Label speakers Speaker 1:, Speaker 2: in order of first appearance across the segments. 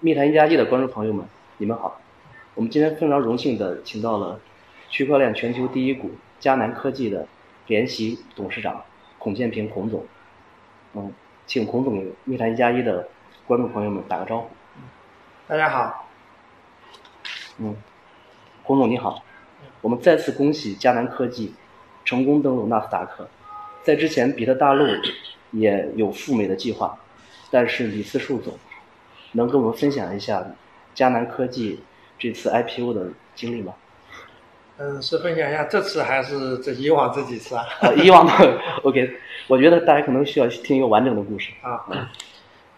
Speaker 1: 密谈一加一的观众朋友们，你们好！我们今天非常荣幸的请到了区块链全球第一股迦南科技的联席董事长孔建平孔总。嗯，请孔总给密谈一加一的观众朋友们打个招呼。
Speaker 2: 大家好，
Speaker 1: 嗯，孔总你好，我们再次恭喜迦南科技成功登陆纳斯达克。在之前，比特大陆也有赴美的计划，但是李四树总。能跟我们分享一下迦南科技这次 IPO 的经历吗？
Speaker 2: 嗯，是分享一下这次还是这以往这 几次啊？
Speaker 1: 啊以往的 OK，我觉得大家可能需要听一个完整的故事
Speaker 2: 啊。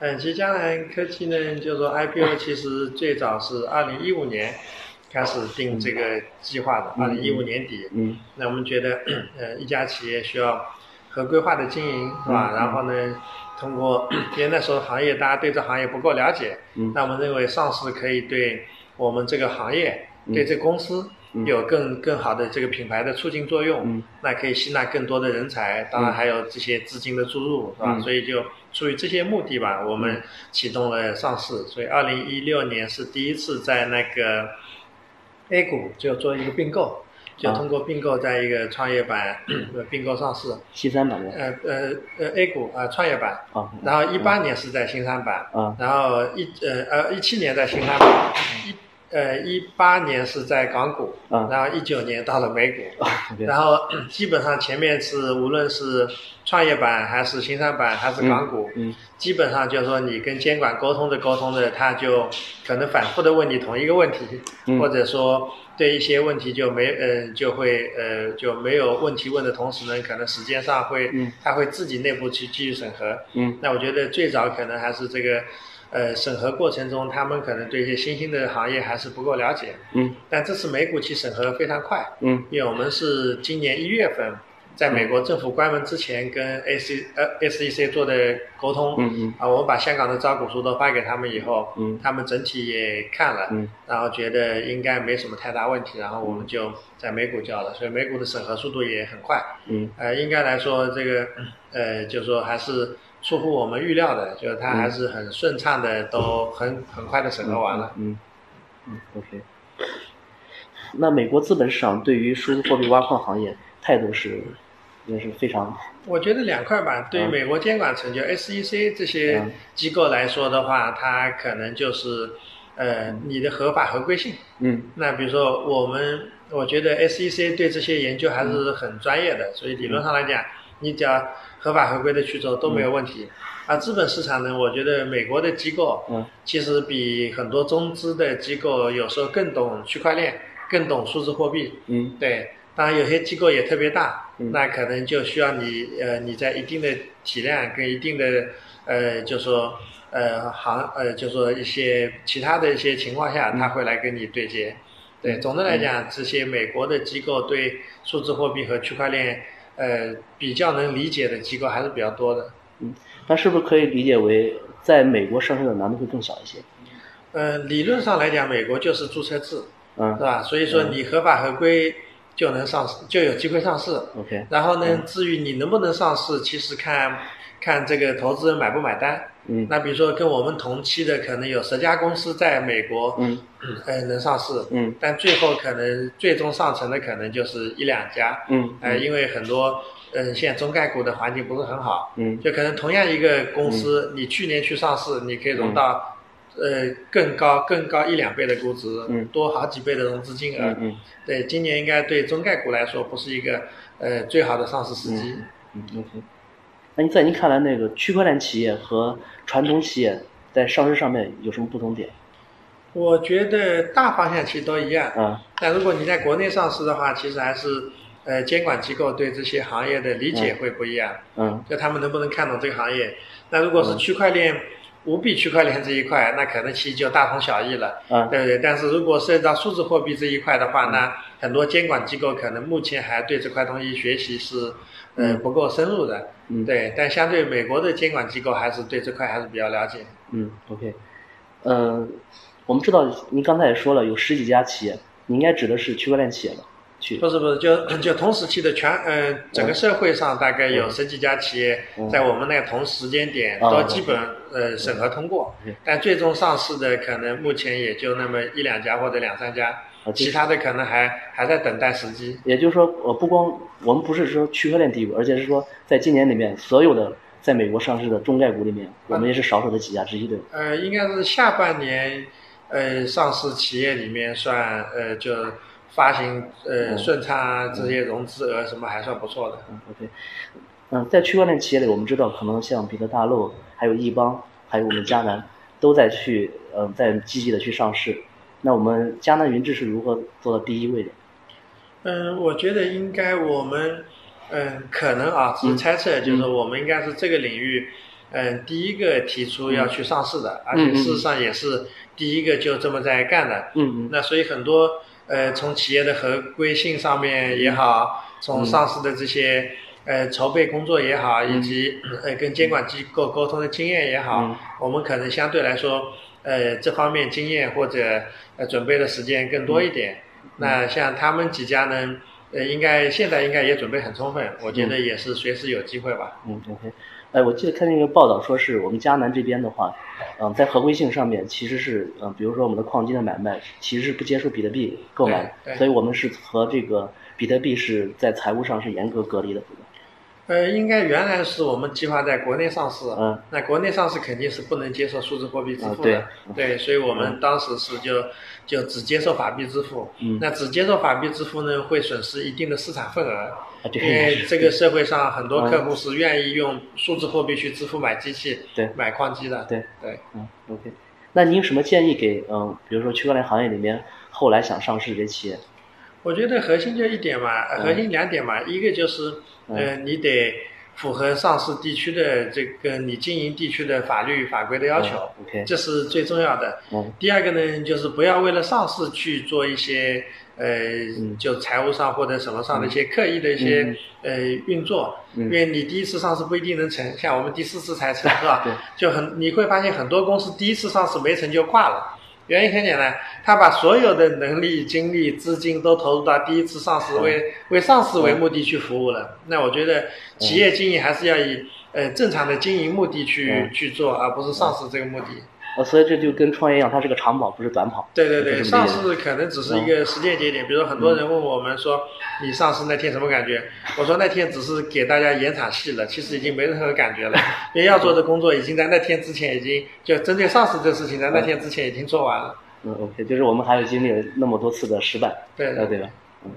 Speaker 2: 嗯，其实迦南科技呢，就是说 IPO 其实最早是二零一五年开始定这个计划的，二零一五年底。
Speaker 1: 嗯。
Speaker 2: 那我们觉得， 呃，一家企业需要合规化的经营，是
Speaker 1: 嗯
Speaker 2: 吧？
Speaker 1: 嗯
Speaker 2: 然后呢？通过， 因为那时候行业大家对这行业不够了解，
Speaker 1: 嗯
Speaker 2: 那我们认为上市可以对我们这个行业、
Speaker 1: 嗯
Speaker 2: 对这公司
Speaker 1: 嗯
Speaker 2: 有更更好的这个品牌的促进作用，
Speaker 1: 嗯
Speaker 2: 那可以吸纳更多的人才，当然还有这些资金的注入，是吧？
Speaker 1: 嗯
Speaker 2: 所以就出于这些目的吧，我们启动了上市。所以二零一六年是第一次在那个 A 股就做一个并购。就
Speaker 1: 啊
Speaker 2: 通过并购，在一个创业板、呃并购上市，
Speaker 1: 西三版的
Speaker 2: 呃呃呃 A 股啊、呃创业板，
Speaker 1: 啊
Speaker 2: 然后一八年是在新三板，
Speaker 1: 啊
Speaker 2: 然后一呃呃一七年在新三板，一呃一八年是在港股，
Speaker 1: 嗯
Speaker 2: 然后一九年到了 美股，
Speaker 1: OK
Speaker 2: 然后基本上前面是无论是创业板还是新三板还是港股，
Speaker 1: 嗯
Speaker 2: 基本上就是说你跟监管沟通的沟通的，他就可能反复的问你同一个问题，
Speaker 1: 嗯
Speaker 2: 或者说对一些问题就没呃就会呃就没有问题问的同时呢，可能时间上会、
Speaker 1: 嗯
Speaker 2: 他会自己内部去继续审核，
Speaker 1: 嗯
Speaker 2: 那我觉得最早可能还是这个，呃，审核过程中，他们可能对一些新兴的行业还是不够了解。
Speaker 1: 嗯
Speaker 2: 但这次美股其实审核非常快，
Speaker 1: 嗯
Speaker 2: 因为我们是今年一月份，在美国政府关门之前跟 A C 呃 SEC 做的沟通，
Speaker 1: 嗯嗯
Speaker 2: 啊，我们把香港的招股书都发给他们以后，
Speaker 1: 嗯
Speaker 2: 他们整体也看了，
Speaker 1: 嗯
Speaker 2: 然后觉得应该没什么太大问题，然后我们就在美股交了，所以美股的审核速度也很快。
Speaker 1: 嗯
Speaker 2: 呃，应该来说，这个呃，就说还是出乎我们预料的，就是它
Speaker 1: 嗯
Speaker 2: 还是很顺畅的，都很很快的审核完了。
Speaker 1: 嗯嗯 OK。那美国资本市场对于数字货币挖矿行业态度是也是非常
Speaker 2: 我觉得两块吧，对于美国监管层就 SEC 这些
Speaker 1: 嗯
Speaker 2: 机构来说的话，它可能就是呃你的合法合规性。
Speaker 1: 嗯
Speaker 2: 那比如说我们，我觉得 SEC 对这些研究还是很专业的，所以理论上来讲，你只要合法合规的去做都没有问题。而资本市场呢，我觉得美国的机构，
Speaker 1: 嗯
Speaker 2: 其实比很多中资的机构有时候更懂区块链，更懂数字货币。
Speaker 1: 嗯
Speaker 2: 对，当然有些机构也特别大，
Speaker 1: 嗯
Speaker 2: 那可能就需要你呃你在一定的体量跟一定的呃就说呃行呃就说一些其他的一些情况
Speaker 1: 嗯
Speaker 2: 下，他会来跟你对接。对，总的来讲，这些美国的机构对数字货币和区块链呃比较能理解的机构还是比较多的。
Speaker 1: 嗯，那是不是可以理解为在美国上市的难度会更小一些？
Speaker 2: 呃，理论上来讲，美国就是注册制，
Speaker 1: 嗯
Speaker 2: 是吧？所以说你合法合规就能上市，就有机会上市。
Speaker 1: OK
Speaker 2: 然后
Speaker 1: 嗯
Speaker 2: 呢，至于你能不能上市，其实看看这个投资人买不买单。
Speaker 1: 嗯
Speaker 2: 那比如说跟我们同期的，可能有十家公司在美国，
Speaker 1: 嗯
Speaker 2: 呃，能上市，
Speaker 1: 嗯
Speaker 2: 但最后可能最终上层的可能就是一两家，
Speaker 1: 嗯
Speaker 2: 呃，因为很多，嗯、现在中概股的环境不是很好，
Speaker 1: 嗯
Speaker 2: 就可能同样一个公司，你去年去上市，你可以
Speaker 1: 嗯
Speaker 2: 融到，呃，更高更高一两倍的估值，
Speaker 1: 嗯
Speaker 2: 多好几倍的融资金额，
Speaker 1: 嗯嗯
Speaker 2: 对，今年应该对中概股来说不是一个呃最好的上市时机。
Speaker 1: 嗯，OK。那你在您看来，那个区块链企业和传统企业在上市上面有什么不同点？
Speaker 2: 我觉得大方向其实都一样。
Speaker 1: 啊，
Speaker 2: 但如果你在国内上市的话，其实还是呃监管机构对这些行业的理解会不一样，
Speaker 1: 嗯
Speaker 2: 就他们能不能看懂这个行业。那如果是区块链。无币区块链这一块，那可能其实就大同小异了，
Speaker 1: 啊
Speaker 2: 对不对？但是如果涉及到数字货币这一块的话呢，很多监管机构可能目前还对这块东西学习是，呃，不够深入的。
Speaker 1: 嗯
Speaker 2: 对，但相对美国的监管机构还是对这块还是比较了解。
Speaker 1: 嗯，OK。嗯，我们知道您刚才也说了，有十几家企业，你应该指的是区块链企业吧？去
Speaker 2: 不是不是，就就同时期的全呃整个社会上大概有十几家企业
Speaker 1: 嗯
Speaker 2: 在我们那个同时间点
Speaker 1: 啊
Speaker 2: 都基本呃审核通过
Speaker 1: 嗯，
Speaker 2: 但最终上市的可能目前也就那么一两家或者两三家，
Speaker 1: 啊，这
Speaker 2: 其他的可能还还在等待时机。
Speaker 1: 也就是说，呃，不光我们不是说区块链第一股，而且是说在今年里面所有的在美国上市的中概股里面，我们也是少数的几家之一，对吧？
Speaker 2: 呃，应该是下半年，呃，上市企业里面算呃就发行呃
Speaker 1: 嗯
Speaker 2: 顺差啊这些融资额什么还算不错的。
Speaker 1: 嗯，OK，嗯，在区块链企业里，我们知道可能像彼得大陆、还有易邦、还有我们迦南都在去，嗯、在积极的去上市。那我们迦南云智是如何做到第一位的？
Speaker 2: 嗯，我觉得应该我们，嗯，可能啊，只
Speaker 1: 嗯
Speaker 2: 是猜测，就是我们应该是这个领域，嗯，第一个提出
Speaker 1: 嗯
Speaker 2: 要去上市的，而且事实上也是第一个就这么在干的。
Speaker 1: 嗯嗯
Speaker 2: 那所以很多呃，从企业的合规性上面也好，从上市的这些呃筹备工作也好，以及呃跟监管机构沟通的经验也好
Speaker 1: 嗯，
Speaker 2: 我们可能相对来说，呃这方面经验或者呃准备的时间更多一点。那像他们几家呢，呃，应该现在应该也准备很充分，我觉得也是随时有机会吧。
Speaker 1: 嗯，OK。哎，我记得看见一个报道，说是我们迦南这边的话，嗯、在合规性上面其实是，嗯、比如说我们的矿机的买卖其实是不接受比特币购买
Speaker 2: 对，对
Speaker 1: 所以我们是和这个比特币是在财务上是严格隔离的，对吧
Speaker 2: 呃，应该原来是我们计划在国内上市，
Speaker 1: 嗯
Speaker 2: 那国内上市肯定是不能接受数字货币支付的，
Speaker 1: 啊
Speaker 2: 对所以我们当时是就就只接受法币支付，
Speaker 1: 嗯
Speaker 2: 那只接受法币支付呢，会损失一定的市场份额，
Speaker 1: 啊，这
Speaker 2: 因
Speaker 1: 个也
Speaker 2: 为
Speaker 1: 是
Speaker 2: 哎这个社会上很多
Speaker 1: 嗯
Speaker 2: 客户是愿意用数字货币去支付买机器、
Speaker 1: 对
Speaker 2: 买矿机的，
Speaker 1: 对
Speaker 2: 对。
Speaker 1: 嗯，OK。那您有什么建议给嗯，比如说区块链行业里面后来想上市这些企业？
Speaker 2: 我觉得核心就一点嘛，呃
Speaker 1: 嗯
Speaker 2: 核心两点嘛，一个就是，
Speaker 1: 嗯
Speaker 2: 呃，你得符合上市地区的这个你经营地区的法律法规的要求，
Speaker 1: 嗯，OK
Speaker 2: 这是最重要的。
Speaker 1: 嗯
Speaker 2: 第二个呢，就是不要为了上市去做一些呃，就财务上或者什么上的一些刻意的一些、
Speaker 1: 嗯
Speaker 2: 呃运作，
Speaker 1: 嗯
Speaker 2: 因为你第一次上市不一定能成，像我们第四次才成，是吧
Speaker 1: 对？
Speaker 2: 就很你会发现很多公司第一次上市没成就挂了。原因很简单，他把所有的能力、精力、资金都投入到第一次上市
Speaker 1: 嗯
Speaker 2: 为、为上市为目的去服务了。那我觉得企业经营还是要以呃正常的经营目的去、
Speaker 1: 嗯
Speaker 2: 去做，而不是上市这个目的。
Speaker 1: 呃，所以这就跟创业一样，它是个长跑，不是短跑。
Speaker 2: 对对
Speaker 1: 就
Speaker 2: 对，
Speaker 1: 这么
Speaker 2: 上
Speaker 1: 理解嗯
Speaker 2: 市可能只是一个时间节点，比如说很多人问我们说你上市那天什么感觉？我说那天只是给大家演场戏了，其实已经没任何 感觉了，因为要做的工作已经在那天之前已经就针对上市这事情在那天之前已经做完了。
Speaker 1: 嗯，OK，就是我们还有经历了那么多次的失败，
Speaker 2: 对
Speaker 1: 呃，对吧？嗯，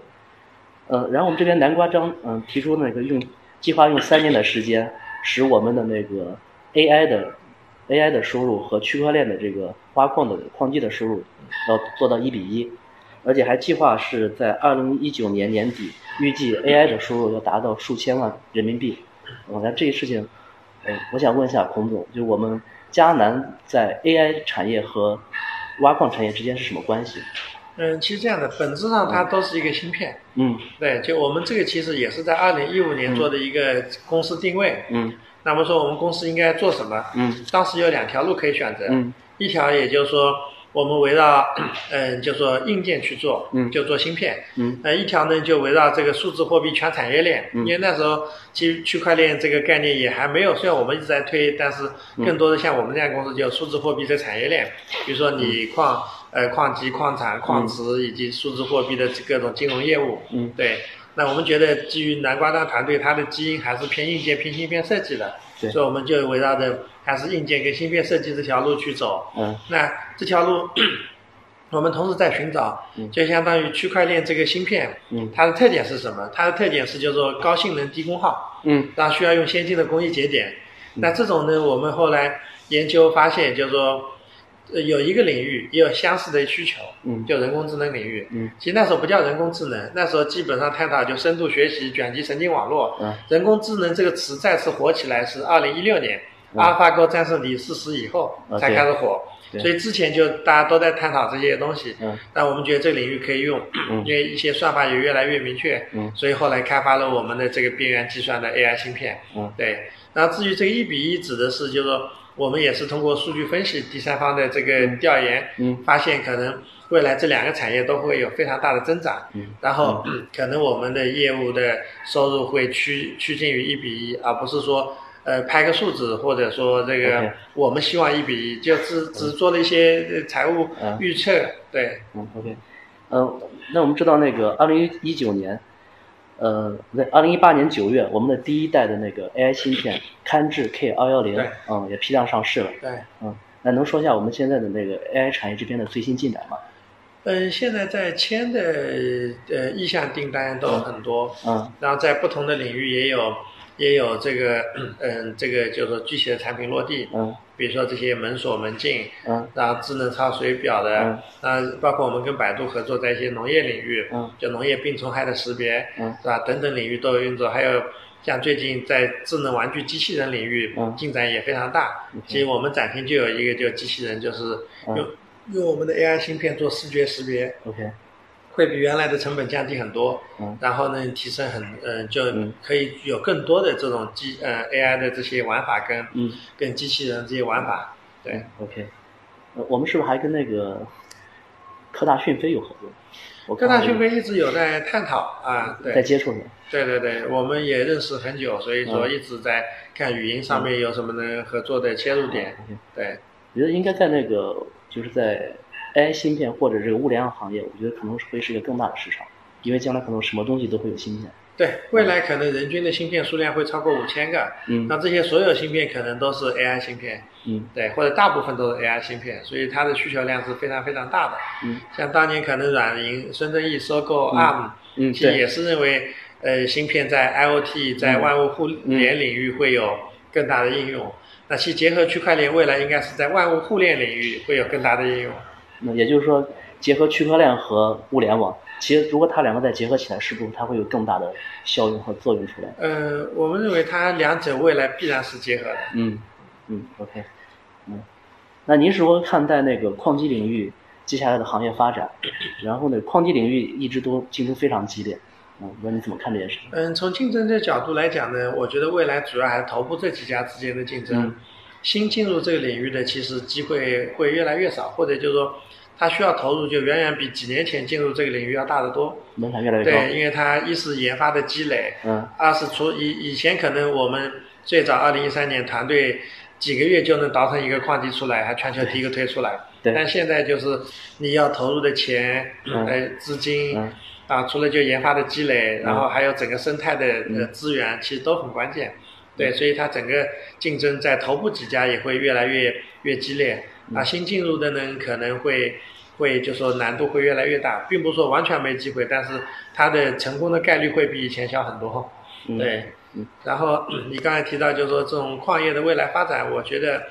Speaker 1: 呃，然后我们这边南瓜章嗯提出那个用计划用三年的时间，使我们的那个 AI 的 AI 的收入和区块链的这个挖矿的矿机的收入要做到一比一，而且还计划是在二零一九年年底，预计 AI 的收入要达到数千万人民币。嗯，那这个事情，嗯，我想问一下孔总，就我们迦南在 AI 产业和挖矿产业之间是什么关系？
Speaker 2: 嗯，其实这样的，本质上它都是一个芯片。
Speaker 1: 嗯
Speaker 2: 对，就我们这个其实也是在二零一五年做的一个公司定位。
Speaker 1: 嗯
Speaker 2: 那么说我们公司应该做什么？
Speaker 1: 嗯
Speaker 2: 当时有两条路可以选择。
Speaker 1: 嗯
Speaker 2: 一条也就是说，我们围绕嗯，就说硬件去做，
Speaker 1: 嗯
Speaker 2: 就做芯片。
Speaker 1: 嗯
Speaker 2: 那一条呢，就围绕这个数字货币全产业链，
Speaker 1: 嗯
Speaker 2: 因为那时候其实区块链这个概念也还没有，虽然我们一直在推，但是
Speaker 1: 嗯
Speaker 2: 更多的像我们这样公司就数字货币这产业链，比如说
Speaker 1: 嗯
Speaker 2: 你矿呃矿机、矿产、矿池以及数字货币的各种金融业务，
Speaker 1: 嗯
Speaker 2: 对。那我们觉得基于南瓜当团队，它的基因还是偏硬件、偏芯片设计的，
Speaker 1: 对
Speaker 2: 所以我们就围绕着还是硬件跟芯片设计这条路去走。
Speaker 1: 嗯
Speaker 2: 那这条路，我们同时在寻找
Speaker 1: 嗯，
Speaker 2: 就相当于区块链这个芯片，
Speaker 1: 嗯
Speaker 2: 它的特点是什么？它的特点是叫做高性能低功耗，
Speaker 1: 嗯
Speaker 2: 然后需要用先进的工艺节点。那这种呢，我们后来研究发现，叫做呃有一个领域也有相似的需求，
Speaker 1: 嗯
Speaker 2: 就人工智能领域。
Speaker 1: 嗯
Speaker 2: 其实那时候不叫人工智能，那时候基本上探讨就深度学习、卷积神经网络。
Speaker 1: 嗯
Speaker 2: 人工智能这个词再次火起来是二零一六年、
Speaker 1: 嗯
Speaker 2: AlphaGo 战胜李世石以后
Speaker 1: 啊
Speaker 2: 才
Speaker 1: 对
Speaker 2: 开始火，
Speaker 1: 对
Speaker 2: 所以之前就大家都在探讨这些东西。
Speaker 1: 嗯
Speaker 2: 但我们觉得这个领域可以用，
Speaker 1: 嗯
Speaker 2: 因为一些算法也越来越明确，
Speaker 1: 嗯
Speaker 2: 所以后来开发了我们的这个边缘计算的 AI 芯片。
Speaker 1: 嗯
Speaker 2: 对，然后至于这个一比一指的是，就是说我们也是通过数据分析、第三方的这个调研，
Speaker 1: 嗯
Speaker 2: 发现可能未来这两个产业都会有非常大的增长，
Speaker 1: 嗯
Speaker 2: 然后、 可能我们的业务的收入会趋趋近于一比一，而不是说呃拍个数字，或者说这个
Speaker 1: OK
Speaker 2: 我们希望一比一，就只只做了一些呃财务
Speaker 1: 嗯
Speaker 2: 预测，对，
Speaker 1: 嗯，OK，呃，那我们知道那个二零一九年，呃，在二零一八年九月，我们的第一代的那个 AI 芯片堪智 K 二幺零
Speaker 2: 对，
Speaker 1: 嗯，也批量上市了，
Speaker 2: 对。
Speaker 1: 嗯，那能说一下我们现在的那个 AI 产业这边的最新进展吗？
Speaker 2: 嗯，现在在签的呃意向订单都有很多，
Speaker 1: 嗯
Speaker 2: 然后在不同的领域也有也有这个嗯这个就是说具体的产品落地，
Speaker 1: 嗯
Speaker 2: 比如说这些门锁门禁，
Speaker 1: 嗯
Speaker 2: 然后智能超水
Speaker 1: 嗯
Speaker 2: 表的，那包括我们跟百度合作在一些农业领域，
Speaker 1: 嗯
Speaker 2: 就农业病虫害的识别，
Speaker 1: 嗯
Speaker 2: 是吧？等等领域都有运作，还有像最近在智能玩具机器人领域
Speaker 1: 嗯
Speaker 2: 进展也非常大。
Speaker 1: 嗯
Speaker 2: 其实我们展厅就有一个就机器人，就是
Speaker 1: 嗯
Speaker 2: 用、用我们的 AI 芯片做视觉识别，
Speaker 1: ，OK，
Speaker 2: 会比原来的成本降低很多。
Speaker 1: 嗯
Speaker 2: 然后呢，提升很，呃，就
Speaker 1: 嗯
Speaker 2: 可以有更多的这种机，呃，AI 的这些玩法跟
Speaker 1: 嗯
Speaker 2: 跟机器人这些玩法，对，
Speaker 1: ，OK，呃，我们是不是还跟那个科大讯飞有合作？我
Speaker 2: 各
Speaker 1: 看
Speaker 2: 大
Speaker 1: 到有
Speaker 2: 讯飞一直有在探讨啊，
Speaker 1: 嗯在
Speaker 2: 对，
Speaker 1: 接触呢。
Speaker 2: 对对对，我们也认识很久，所以说
Speaker 1: 嗯
Speaker 2: 一直在看语音上面有什么能合作的切入点，
Speaker 1: OK，
Speaker 2: 对，
Speaker 1: 我觉得应该在那个就是在 AI 芯片或者这个物联网行业，我觉得可能是会是一个更大的市场，因为将来可能什么东西都会有芯片。
Speaker 2: 对，未来可能人均的芯片数量会超过五千个，
Speaker 1: 嗯
Speaker 2: 那这些所有芯片可能都是 AI 芯片，
Speaker 1: 嗯
Speaker 2: 对，或者大部分都是 AI 芯片，所以它的需求量是非常非常大的。
Speaker 1: 嗯
Speaker 2: 像当年可能软银、孙正义收购 ARM，、
Speaker 1: 嗯
Speaker 2: 其实
Speaker 1: 对嗯
Speaker 2: 也是认为，呃，芯片在 IoT 在万物互联领域会有更大的应用。那其结合区块链，未来应该是在万物互联领域会有更大的应用。
Speaker 1: 那也就是说，结合区块链和物联网，其实如果它两个再结合起来，是不是它会有更大的效用和作用出来？
Speaker 2: 呃，我们认为它两者未来必然是结合的。
Speaker 1: 嗯嗯，OK，嗯，那您是如何看待那个矿机领域接下来的行业发展？然后呢，矿机领域一直都竞争非常激烈，嗯，我不知道你怎么看这件事情？
Speaker 2: 嗯，从竞争的角度来讲呢，我觉得未来主要还是头部这几家之间的竞争。
Speaker 1: 嗯
Speaker 2: 新进入这个领域的，其实机会会越来越少，或者就是说，他需要投入就远远比几年前进入这个领域要大得多。
Speaker 1: 门槛越来越
Speaker 2: 对，
Speaker 1: 高。
Speaker 2: 因为它一是研发的积累，
Speaker 1: 嗯
Speaker 2: 二是除以以前可能我们最早二零一三年团队几个月就能倒腾一个矿机出来，还全球第一个推出来。
Speaker 1: 对
Speaker 2: 但现在就是你要投入的钱、
Speaker 1: 嗯
Speaker 2: 呃资金、
Speaker 1: 嗯
Speaker 2: 啊，除了就研发的积累，然后还有整个生态的呃
Speaker 1: 嗯
Speaker 2: 资源，其实都很关键。对，所以它整个竞争在头部几家也会越来越越激烈。
Speaker 1: 嗯
Speaker 2: 啊，新进入的呢，可能会会就说难度会越来越大，并不是说完全没机会，但是它的成功的概率会比以前小很多。
Speaker 1: 嗯
Speaker 2: 对
Speaker 1: 嗯，
Speaker 2: 然后你刚才提到，就是说这种矿业的未来发展，我觉得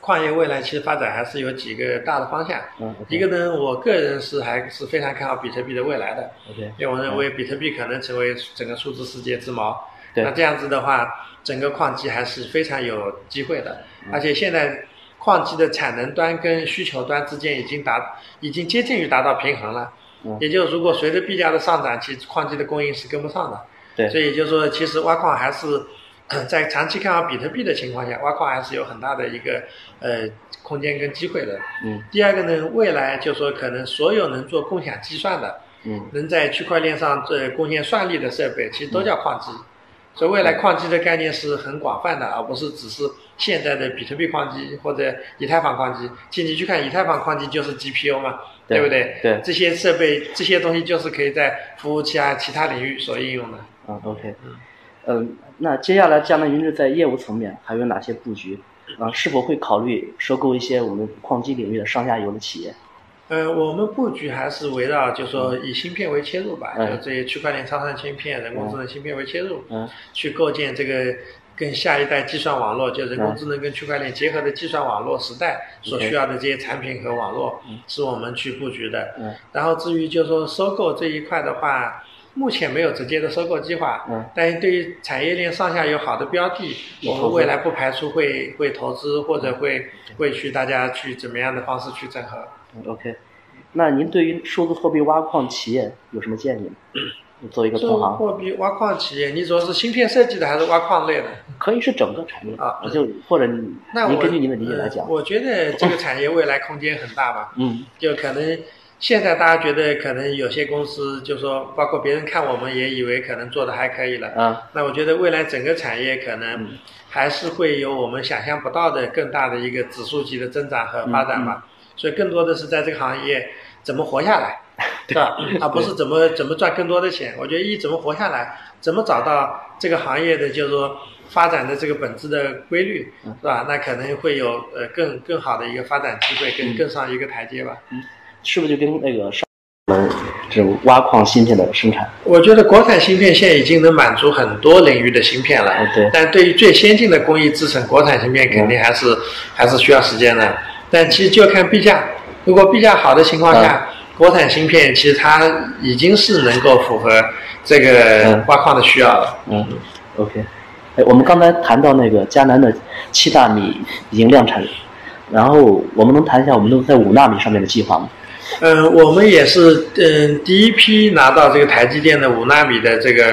Speaker 2: 矿业未来其实发展还是有几个大的方向。
Speaker 1: 嗯
Speaker 2: 一个呢，我个人是还是非常看好比特币的未来的，
Speaker 1: ，OK，
Speaker 2: 因为我认为比特币可能成为整个数字世界之锚。
Speaker 1: 嗯对
Speaker 2: 那这样子的话，整个矿机还是非常有机会的，
Speaker 1: 嗯
Speaker 2: 而且现在矿机的产能端跟需求端之间已经达已经接近于达到平衡了。
Speaker 1: 嗯
Speaker 2: 也就是如果随着币价的上涨，其实矿机的供应是跟不上的。
Speaker 1: 对
Speaker 2: 所以就是说，其实挖矿还是 在长期看好比特币的情况下，挖矿还是有很大的一个呃空间跟机会的。
Speaker 1: 嗯
Speaker 2: 第二个呢，未来就说可能所有能做共享计算的，
Speaker 1: 嗯
Speaker 2: 能在区块链上呃贡献算力的设备，其实都叫矿机。
Speaker 1: 嗯
Speaker 2: 所以未来矿机的概念是很广泛的，而不是只是现在的比特币矿机或者以太坊矿机。进你去看以太坊矿机就是 GPU 嘛，
Speaker 1: 对
Speaker 2: 不对？
Speaker 1: 对
Speaker 2: 这些设备这些东西就是可以在服务器啊其他领域所应用的。
Speaker 1: 嗯，OK，嗯，那接下来江南云志在业务层面还有哪些布局？啊，是否会考虑收购一些我们矿机领域的上下游的企业？
Speaker 2: 呃，我们布局还是围绕就说以芯片为切入吧，
Speaker 1: 嗯
Speaker 2: 就这些区块链超算芯片、人工智能芯片为切入，
Speaker 1: 嗯
Speaker 2: 去构建这个跟下一代计算网络，就人
Speaker 1: 嗯
Speaker 2: 工智能跟区块链结合的计算网络时代所需要的这些产品和网络，是我们去布局的。
Speaker 1: 嗯
Speaker 2: 然后至于就说收购这一块的话，目前没有直接的收购计划，
Speaker 1: 嗯
Speaker 2: 但是对于产业链上下有好的标的，
Speaker 1: 有
Speaker 2: 我
Speaker 1: 投
Speaker 2: 们
Speaker 1: 资嗯
Speaker 2: 未来不排除会会投资或者会会去大家去怎么样的方式去整合。
Speaker 1: 嗯，OK，那您对于数字货币挖矿企业有什么建议呢？作为一个同
Speaker 2: 做
Speaker 1: 行，
Speaker 2: 货币挖矿企业，你主要是芯片设计的还是挖矿类的？
Speaker 1: 可以是整个产业
Speaker 2: 啊
Speaker 1: 就或者你
Speaker 2: 那
Speaker 1: 您
Speaker 2: 我
Speaker 1: 根据您的理解来讲
Speaker 2: 呃，我觉得这个产业未来空间很大吧。
Speaker 1: 嗯
Speaker 2: 就可能现在大家觉得可能有些公司，就说包括别人看我们也以为可能做的还可以了。
Speaker 1: 啊
Speaker 2: 那我觉得未来整个产业可能
Speaker 1: 嗯
Speaker 2: 还是会有我们想象不到的更大的一个指数级的增长和发展吧。所以更多的是在这个行业怎么活下来，对吧？而不是怎么怎么赚更多的钱。我觉得一怎么活下来，怎么找到这个行业的就是说发展的这个本质的规律，是吧？那可能会有呃更更好的一个发展机会，更更上一个台阶吧。
Speaker 1: 是不是就跟那个上门这种挖矿芯片的生产，
Speaker 2: 我觉得国产芯片现在已经能满足很多领域的芯片了，
Speaker 1: 嗯对
Speaker 2: 但对于最先进的工艺制成，国产芯片肯定还
Speaker 1: 嗯
Speaker 2: 是、还是需要时间的。但其实就看币价，如果币价好的情况下，
Speaker 1: 嗯
Speaker 2: 国产芯片其实它已经是能够符合这个
Speaker 1: 嗯
Speaker 2: 挖矿的需要了。
Speaker 1: 嗯，OK，哎，我们刚才谈到那个迦南的七纳米已经量产了，然后我们能谈一下我们都在五纳米上面的计划吗？
Speaker 2: 嗯，我们也是嗯第一批拿到这个台积电的五纳米的这个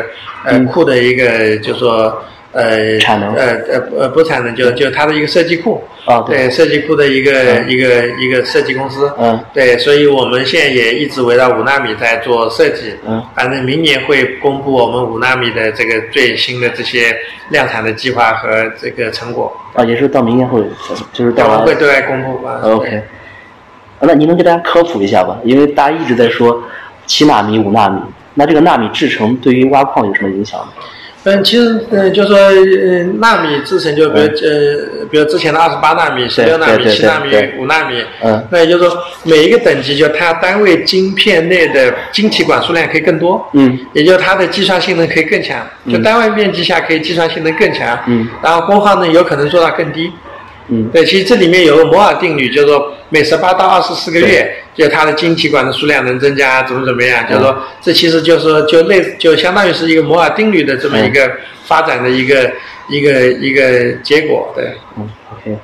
Speaker 2: 呃
Speaker 1: 嗯
Speaker 2: 库的一个，就说呃
Speaker 1: 产能
Speaker 2: 呃呃呃不是产能，就就它的一个设计库。
Speaker 1: 啊，，
Speaker 2: 对设计库的一个、
Speaker 1: 嗯
Speaker 2: 一个一个设计公司。
Speaker 1: 嗯
Speaker 2: 对，所以我们现在也一直围绕五纳米在做设计。
Speaker 1: 嗯，
Speaker 2: 反正明年会公布我们五纳米的这个最新的这些量产的计划和这个成果，
Speaker 1: 啊，也是到明年会，就是
Speaker 2: 我
Speaker 1: 到
Speaker 2: 们会对外公布吧。
Speaker 1: OK，那啊您能给大家科普一下吧？因为大家一直在说七纳米、五纳米，那这个纳米制程对于挖矿有什么影响呢？
Speaker 2: 嗯，其实嗯，就说嗯，纳米制程，就比如、呃，比如之前的二十八纳米、十
Speaker 1: 对
Speaker 2: 六
Speaker 1: 嗯
Speaker 2: 纳
Speaker 1: 对
Speaker 2: 米、
Speaker 1: 对
Speaker 2: 七纳米
Speaker 1: 对、
Speaker 2: 五纳米，
Speaker 1: 嗯
Speaker 2: 那也就是说每一个等级，就它单位晶片内的晶体管数量可以更多，
Speaker 1: 嗯，
Speaker 2: 也就是它的计算性能可以更强，就单位面积下可以计算性能更强，
Speaker 1: 嗯，
Speaker 2: 然后功耗呢有可能做到更低，
Speaker 1: 嗯
Speaker 2: 对，其实这里面有个摩尔定律，就是说每十八到二十四个月，就它的晶体管的数量能增加，怎么怎么样，就是说这其实就是说就类就相当于是一个摩尔定律的这么一个发展的一个、一个一个结果，对。
Speaker 1: 嗯，OK，